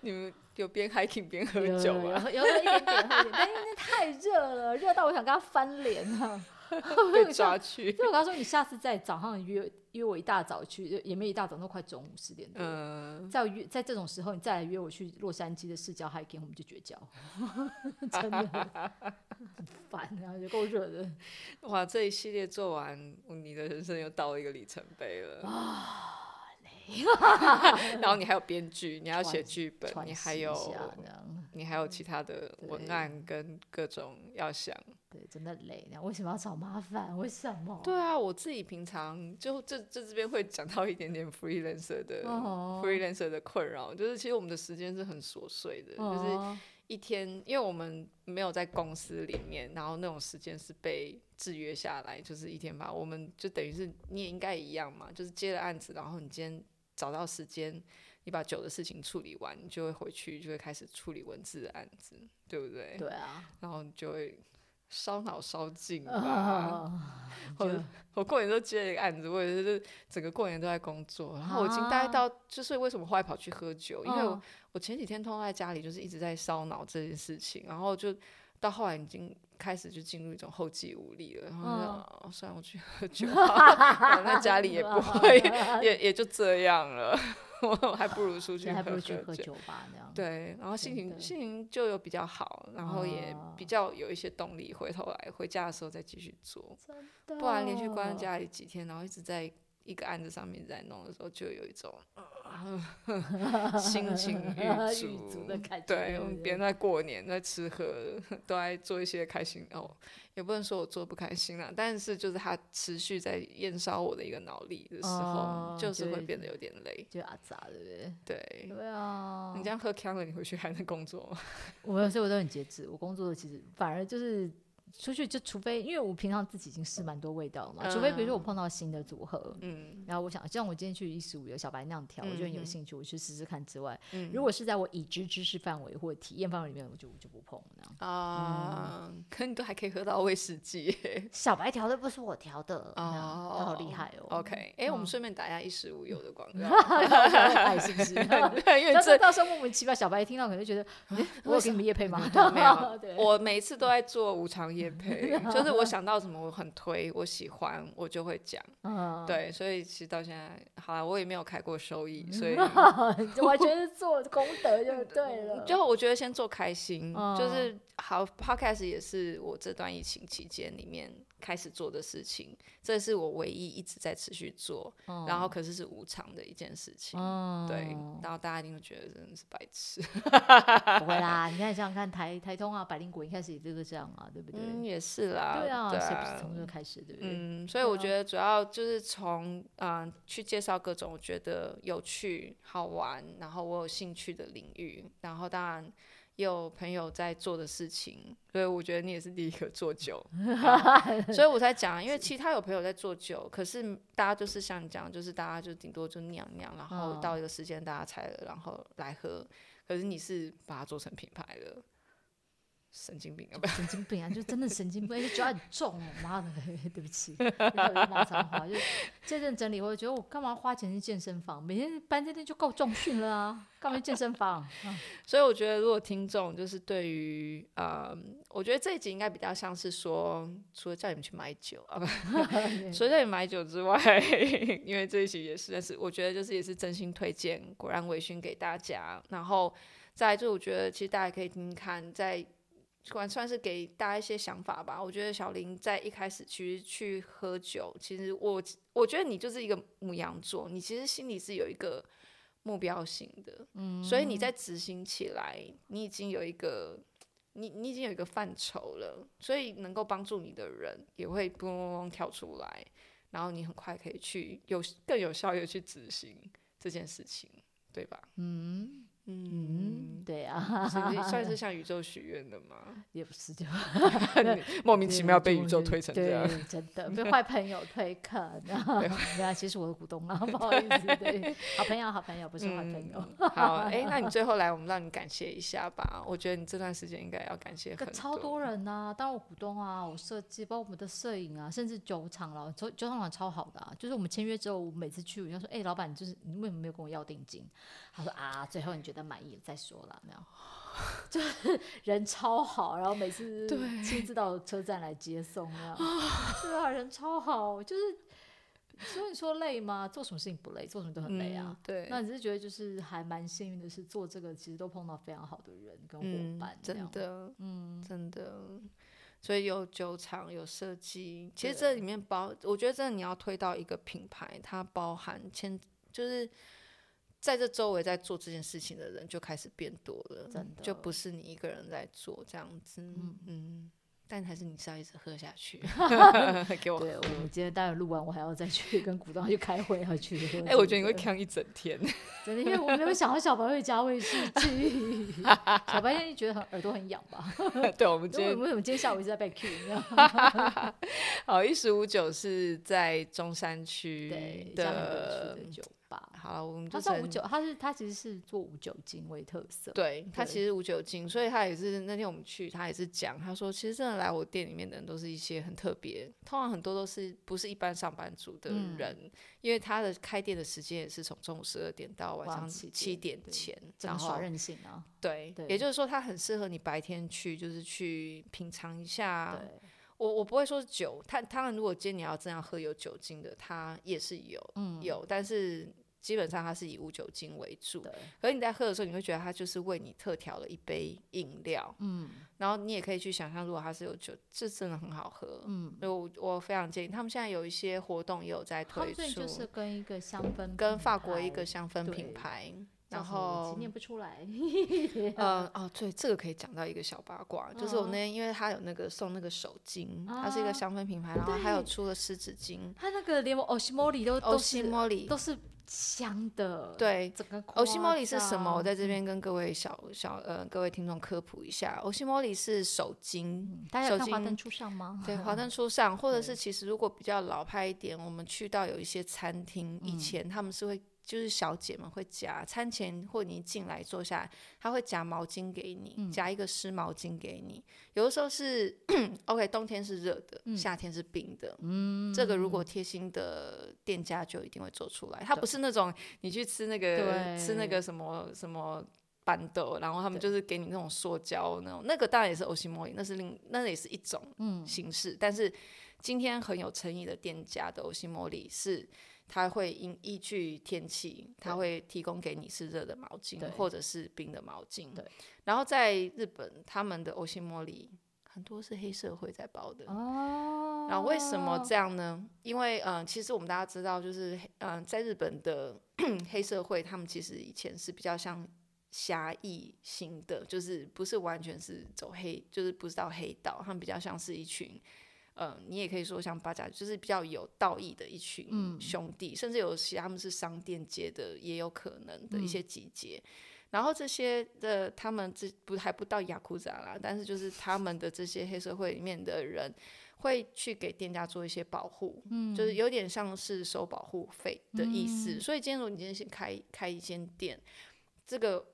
S1: 你们有边 hiking 边喝
S2: 有
S1: 酒
S2: 有 <laughs>
S1: 啊？
S2: 有有一点点，喝一点，但因为那太热了，热到我想跟他翻脸啊！ <laughs>
S1: <laughs> 被抓去，
S2: 所以我跟他说，你下次再早上约约我一大早去，就也没一大早，都快中午十点多。
S1: 嗯，
S2: 再约在这种时候，你再来约我去洛杉矶的市郊 hiking，我们就绝交， <laughs> 真的 <laughs> 很烦啊，有够热的。
S1: 哇，这一系列做完，你的人生又到了一个里程碑了。 <laughs> 然后你还有编剧，你还要写
S2: 喘
S1: 剧本，
S2: 喘
S1: 你还
S2: 息一
S1: 有
S2: 下这样，
S1: 你还有其他的文
S2: 对
S1: 案跟各种要想。
S2: 对，真的累。那为什么要找麻烦？为什么？
S1: 对啊，我自己平常就这这这边会讲到一点点 freelancer 的、
S2: 哦
S1: freelancer 的困扰，就是其实我们的时间是很琐碎的，就是
S2: 哦，
S1: 一天，因为我们没有在公司里面，然后那种时间是被制约下来，就是一天吧。我们就等于是你也应该一样嘛，就是接了案子，然后你今天找到时间，你把酒的事情处理完，你就会回去就会开始处理文字的案子，对不对？
S2: 对啊，
S1: 然后你就会烧脑烧尽吧。
S2: 啊
S1: 我
S2: 就
S1: 我过年都接了一个案子，我也是整个过年都在工作，然后我已经待
S2: 啊
S1: 到，就是为什么后来跑去喝酒，因为我
S2: 嗯
S1: 我前几天都在家里，就是一直在烧脑这件事情，然后就到后来已经开始就进入一种后继无力了。然后
S2: 嗯
S1: 就、哦算了，我去喝酒 <laughs> 吧，我在家里
S2: <laughs>
S1: 也不会，也也就这样了， <laughs> 我还不如出去
S2: 对还
S1: <laughs>
S2: 不如
S1: 喝
S2: 去喝
S1: 喝酒。
S2: 酒吧那样。
S1: 对，然后心
S2: 真
S1: 情
S2: 的哦
S1: 心情就有比较好，然后也比较有一些动力，回头来回家的时候再继续做，
S2: 不
S1: 不然连
S2: 啊
S1: 续关在
S2: <laughs>
S1: 家里几天，然后一直在一个案子上面一直在弄的时候，就有一种、
S2: <laughs>
S1: 呃、心情
S2: 狱
S1: 足
S2: 卒啊的感觉
S1: 对
S2: 对，
S1: 我们
S2: 不
S1: 别人在过年在吃喝，都在做一些开心哦，也不能说我做不开心啦，但是就是它持续在燃烧我的一个脑力的时候，
S2: 哦
S1: 就是
S2: 就
S1: 会
S2: 会
S1: 变得有点累。
S2: 就阿杂，对不对？
S1: 对，
S2: 对啊，
S1: 你这样喝康了，你回去还能工作吗？ <laughs>
S2: 我所以我都很节制，我工作其实反而就是。出去就除非，因为我平常自己已经试蛮多味道了嘛，除非比如说我碰到新的组合，
S1: 嗯
S2: 然后我想像我今天去一十五有小白那样调，我就很有
S1: 嗯哼
S2: 兴趣，我去试试看之外，
S1: 嗯
S2: 如果是在我已知知识范围或体验范围里面，我就我就不碰那样。
S1: 嗯啊， <laughs> 可你都还可以喝到威士忌耶。
S2: 小白调的不是我调的，那样
S1: <laughs> 哦
S2: 那好厉害哦
S1: OK，哎、我们
S2: 嗯
S1: 顺便打一下一十五油的广告，
S2: <laughs>
S1: <laughs> 哦
S2: 爱是不是？
S1: 对，因为
S2: 但
S1: 这
S2: 是到时候莫名其妙，小白一听到可能就
S1: <laughs>
S2: 觉得，诶我有给你们叶配吗？
S1: 没有
S2: <laughs> 对，
S1: 我每次都在做无偿业配，
S2: <laughs>
S1: 就是我想到什么我很推，我喜欢，我就会讲。
S2: 嗯， <laughs>
S1: 对，所以其实到现在，好了，我也没有开过收
S2: 嗯
S1: 益，
S2: <laughs>
S1: 所以
S2: 完全是做功德就对了。
S1: 嗯就我觉得先做开心，
S2: 嗯
S1: 就是好 podcast 也是我这段疫情期间里面开始做的事情，这是我唯一一直在持续做，然后可是是无偿的一件事情。
S2: 嗯，
S1: 对， <laughs> 然后大家一定会觉得真的是白痴，
S2: 不会啦。你看想想看，台台通啊，百灵果一开始也就是这样啊，对不对？
S1: 嗯，也是啦，
S2: 对啊，
S1: 对
S2: 谁不是从这开始，对不对？
S1: 嗯，所以我觉得主要就是从嗯、呃去介绍各种我觉得有趣、好玩，然后我有兴趣的领域，然后当然也有朋友在做的事情，所以我觉得你也是第一个做酒，好所以我才讲，啊因为其他有朋友在做酒，可是大家就是像你讲，就是大家就顶多就酿酿，然后
S2: 嗯
S1: 到一个时间大家拆了，然后来喝，可是你是把它做成品牌了，神经病啊！
S2: 神经病啊，就真的神经病，而且酒很重哦，妈的， <laughs> 对
S1: <laughs>
S2: 不起，让人骂脏话。就这阵整理，我就觉得我干嘛花钱去健身房？每天搬这店就够重训了啊，干嘛去健身房？
S1: <laughs>
S2: <laughs>
S1: 所以我觉得，如果听众就是对于，呃，我觉得这一集应该比较像是说，除了叫你们去买酒啊，不， <laughs> 除了叫你买酒之外， <laughs> 因为这一集也是，但是我觉得就是也是真心推荐果然微醺给大家。然后再来就我觉得其实大家可以听听看，在算算是给大家一些想法吧。我觉得小林在一开始其实去喝酒，其实我我觉得你就是一个母羊座，你其实心里是有一个目标性的，嗯，所以你在执行起来，你已经有一个，你你已经有一个范畴了，所以能够帮助你的人也会嘣嘣嘣跳出来，然后你很快可以去有更有效率地去执行这件事情，对吧？
S2: 嗯
S1: 嗯
S2: 嗯，，对啊，
S1: 是不是算是向宇宙许愿的
S2: <laughs>
S1: 吗？
S2: 也不是就
S1: <laughs> 莫名其妙被宇宙
S2: 就
S1: 推成这 <laughs> 样，
S2: 对，真的被坏朋友推
S1: <laughs>
S2: 坑啊！ <laughs> 对啊，其实我的股东啊，不好意思，对，好朋友，好朋友，不是坏朋友。
S1: 嗯好，
S2: <laughs>
S1: 哎、那你最后来，我们让你感谢一下吧。我觉得你这段时间应该要感谢
S2: 个
S1: 很
S2: 超多人呐、当然我股东啊，我设计，包括我们的摄影啊，甚至酒厂啦，酒酒厂老板超好的啊。就是我们签约之后，我每次去，我就说，哎、老板，就是你为什么没有跟我要定金？他说啊，最后你觉得满意了再说啦，没有。 <laughs> 就是人超好，然后每次
S1: 对
S2: 亲自到车站来接送啊，对啊，人超好，就是所以说累吗？做什么事情不累？做什么都很累啊。
S1: 嗯对，
S2: 那只是觉得就是还蛮幸运的是，做这个其实都碰到非常好的人跟
S1: 嗯
S2: 伙伴，这样
S1: 真的，
S2: 嗯，
S1: 真的。所以有酒厂，有设计，其实
S2: 对
S1: 这里面包，我觉得真的你要推到一个品牌，它包含牵，就是在这周围在做这件事情的人就开始变多了，
S2: 真的
S1: 就不是你一个人在做这样子，嗯但还是你是要一直喝下去， <laughs> 给我。
S2: 对，我们今天待会录完，我还要再去跟股东去开会，还要去。
S1: 哎、我觉得你会扛一整天。 <laughs>
S2: 真的，因为我没有想到小白会加威士
S1: <laughs>
S2: 忌，小白现在觉得很耳朵很痒吧？
S1: 对，我们今
S2: 因为
S1: 天
S2: 为什么今天下午一直在被 Q？你知道吗
S1: 好，一十五九是在中山区
S2: 对，这样很多人
S1: 嗯的
S2: 去的。酒吧，
S1: 好，我们就
S2: 它算
S1: 称
S2: 无酒，它是它其实是做无酒精为特色。
S1: 对他
S2: 对
S1: 其实无酒精，所以他也是那天我们去，他也是讲，他说其实真的来我店里面的人都是一些很特别，通常很多都是不是一般上班族的
S2: 嗯
S1: 人，因为他的开店的时间也是从中午十二点到晚
S2: 晚
S1: 上
S2: 上7
S1: 七
S2: 点
S1: 点
S2: 对
S1: 前，
S2: 整
S1: 然
S2: 个
S1: 后
S2: 耍任性啊，
S1: 对，
S2: 对
S1: 也就是说他很适合你白天去，就是去品尝一下。
S2: 对，
S1: 我我不会说酒，他当然如果今天你要真要喝有酒精的，它也是有、
S2: 嗯，
S1: 有，但是基本上它是以无酒精为主。
S2: 对，
S1: 可是你在喝的时候，你会觉得它就是为你特调了一杯饮料，
S2: 嗯
S1: 然后你也可以去想象，如果它是有酒，这真的很好喝。
S2: 嗯，
S1: 所以我我非常建议，他们现在有一些活动也有在
S2: 他
S1: 推
S2: 们最近
S1: 出，
S2: 就是跟一个香氛
S1: 跟
S2: 品
S1: 法国一
S2: 牌
S1: 个香氛
S2: 对
S1: 品牌，
S2: 叫
S1: 然
S2: 什么我其
S1: 后
S2: 实念不出来，嗯
S1: 呃哦对，这个可以讲到一个小八卦，就是我那天因为它有那个送那个手巾，它是一
S2: 啊
S1: 个香氛品牌，然后还有
S2: 对
S1: 出了湿纸巾，
S2: 他那个连我欧西莫里都
S1: 欧
S2: 都
S1: 西
S2: 是
S1: 莫里，
S2: 都是香的，，
S1: 对，
S2: 整个
S1: 欧西莫里是
S2: 夸
S1: 什么？我
S2: 张嗯
S1: 在这边跟各位小小呃各位听众科普一下，欧西莫里是手巾，
S2: 大家
S1: 手
S2: 有看华灯
S1: 巾
S2: 初上吗？ <laughs>
S1: 对，华灯初上，或者是其实如果比较老派一点，我们去到有一些餐厅，以前他们是会就是小姐们会夹餐前或你一进来坐下来，她会夹毛巾给你，夹一个湿毛巾给你。有的时候是 <clears throat> OK，冬天是热的，夏天是冰的。嗯，这个如果贴心的店家就一定会做出来，它不是那种你去吃那个吃那
S2: 对
S1: 个什么什么。板豆，然后他们就是给你那种塑胶那种，那个当然也是欧西莫里，那是另那也是一种
S2: 嗯
S1: 形式。但是今天很有诚意的店家的欧西莫里是，它会因依据天气，它会提供给你是热的毛巾
S2: 对
S1: 或者是冰的毛巾
S2: 对。
S1: 然后在日本，他们的欧西莫里很多是黑社会在包的。
S2: 哦
S1: 然后为什么这样呢？因为嗯、呃其实我们大家知道，就是嗯、呃在日本的 <clears throat> 黑社会，他们其实以前是比较像侠义型的，就是不是完全是走黑，就是不是到黑道，他们比较像是一群。嗯、你也可以说像八家，就是比较有道义的一群兄弟，甚至有些他们是商店街的，也有可能的一些集结。然后这些的他们这不还不到雅库扎啦，但是就是他们的这些黑社会里面的人，会去给店家做一些保护，
S2: 嗯
S1: 就是有点像是收保护费的意思。所以今天如果你今天先开开一间店，这个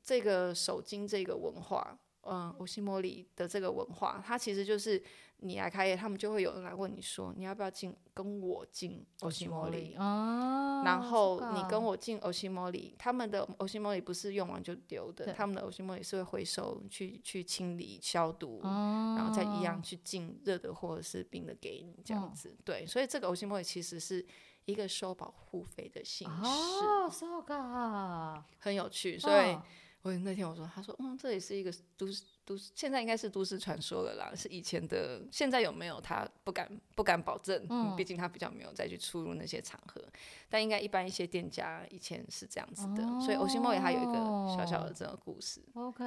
S1: 这个手巾这个文化，嗯，欧西莫里的这个文化，它其实就是你来开业，他们就会有人来问你说，你要不要进跟我进欧西莫里？
S2: 哦，
S1: 然后
S2: 这
S1: 你
S2: 个
S1: 跟我进欧西莫里，他们的欧西莫里不是用完就丢的，
S2: 对
S1: 他们的欧西莫里是会回收去去清理消毒，
S2: 哦
S1: 然后再一样去进热的或者是冰的给你这样
S2: 嗯
S1: 子。对，所以这个欧西莫里其实是一个收保护费的形式，
S2: 哦，so
S1: 很有趣。所以
S2: 哦
S1: 嗯我那天我说，他说，嗯，这也是一个都市都市现在应该是都市传说了啦，是以前的，现在有没有他不敢不敢保证，
S2: 嗯
S1: 毕竟他比较没有再去出入那些场合，但应该一般一些店家以前是这样子的，所以欧心梦也还有一个小
S2: 哦
S1: 小的这个故事。
S2: OK，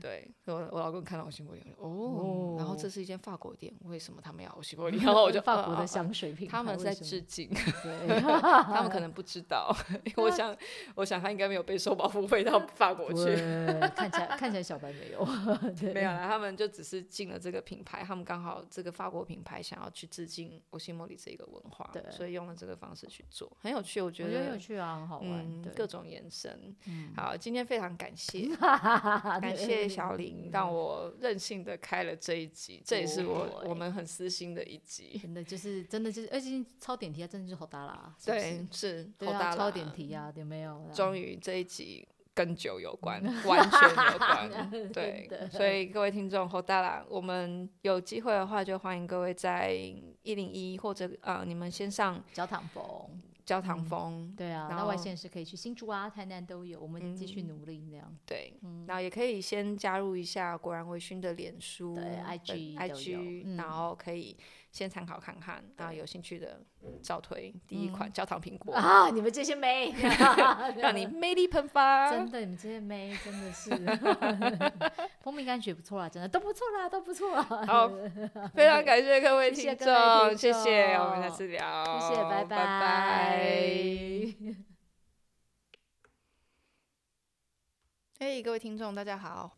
S1: 对，我我老公看到欧西莫里，我就
S2: 哦
S1: 哦，然后这是一间法国店，为什么他们要欧西
S2: <laughs>
S1: 莫里？然后我就
S2: 法国
S1: 啊啊
S2: 的
S1: 啊
S2: 香水品牌，
S1: 他们是在
S2: 为什么
S1: 致
S2: <laughs>
S1: 敬， <laughs>
S2: 对
S1: 他们可能不知道，因为我想，我想他应该没有被收保护费
S2: <laughs>
S1: 到法国去，
S2: 对，看起来看起来小白没有，对，
S1: 没有啦，他们就只是进了这个品牌，他们刚好这个法国品牌想要去致敬欧西莫里这个文化
S2: 对，
S1: 所以用了这个方式去做，很有趣，我觉
S2: 我觉得有
S1: 得。
S2: 趣啊，很好玩，
S1: 嗯，
S2: 对，嗯
S1: 各种延伸。好，今天非常感
S2: <laughs>
S1: 谢，
S2: 感
S1: 感谢小
S2: 嗯
S1: 林让我任性的开了这一集，这也是我
S2: 对
S1: 我们很私心的一集。
S2: 真的就是真的就是，而且超点题啊，真的就是好大啦，是不是
S1: 对，是
S2: 对
S1: 好大
S2: 啊，
S1: 了
S2: 超点题啊，有没有啦？
S1: 终于这一集跟酒
S2: <laughs>
S1: 有关，完全有关。对
S2: 真的，
S1: 所以各位听众后大啦，我们有机会的话，就欢迎各位在一零一或者呃，你们先上
S2: 焦糖风，
S1: 焦糖风，
S2: 对啊，
S1: 然
S2: 那外
S1: 后嗯
S2: 县市可以去新竹啊、台南都有，我们继续努力这样。
S1: 对，然后也可以先加入一下国然微醺的脸书、
S2: 对，IG 都有
S1: IG，、
S2: 嗯
S1: 然后可以先参考看看，然后有兴趣的照推第一
S2: 嗯
S1: 款焦糖苹
S2: <laughs>
S1: 果，
S2: 啊，你们这些妹，让
S1: 让你魅力喷发。
S2: 真的，你们这些妹真的是 <laughs> 蜂蜜柑橘不错啦，真的都不错啦，都不错啦。 <laughs>
S1: 好，非常感谢各位
S2: 谢谢
S1: 听
S2: 各
S1: 众，
S2: 位听
S1: 谢谢，
S2: 众
S1: 我们下次聊，
S2: 谢谢，拜
S1: 拜
S2: <laughs>
S1: 拜。嘿，各位听众，大家好。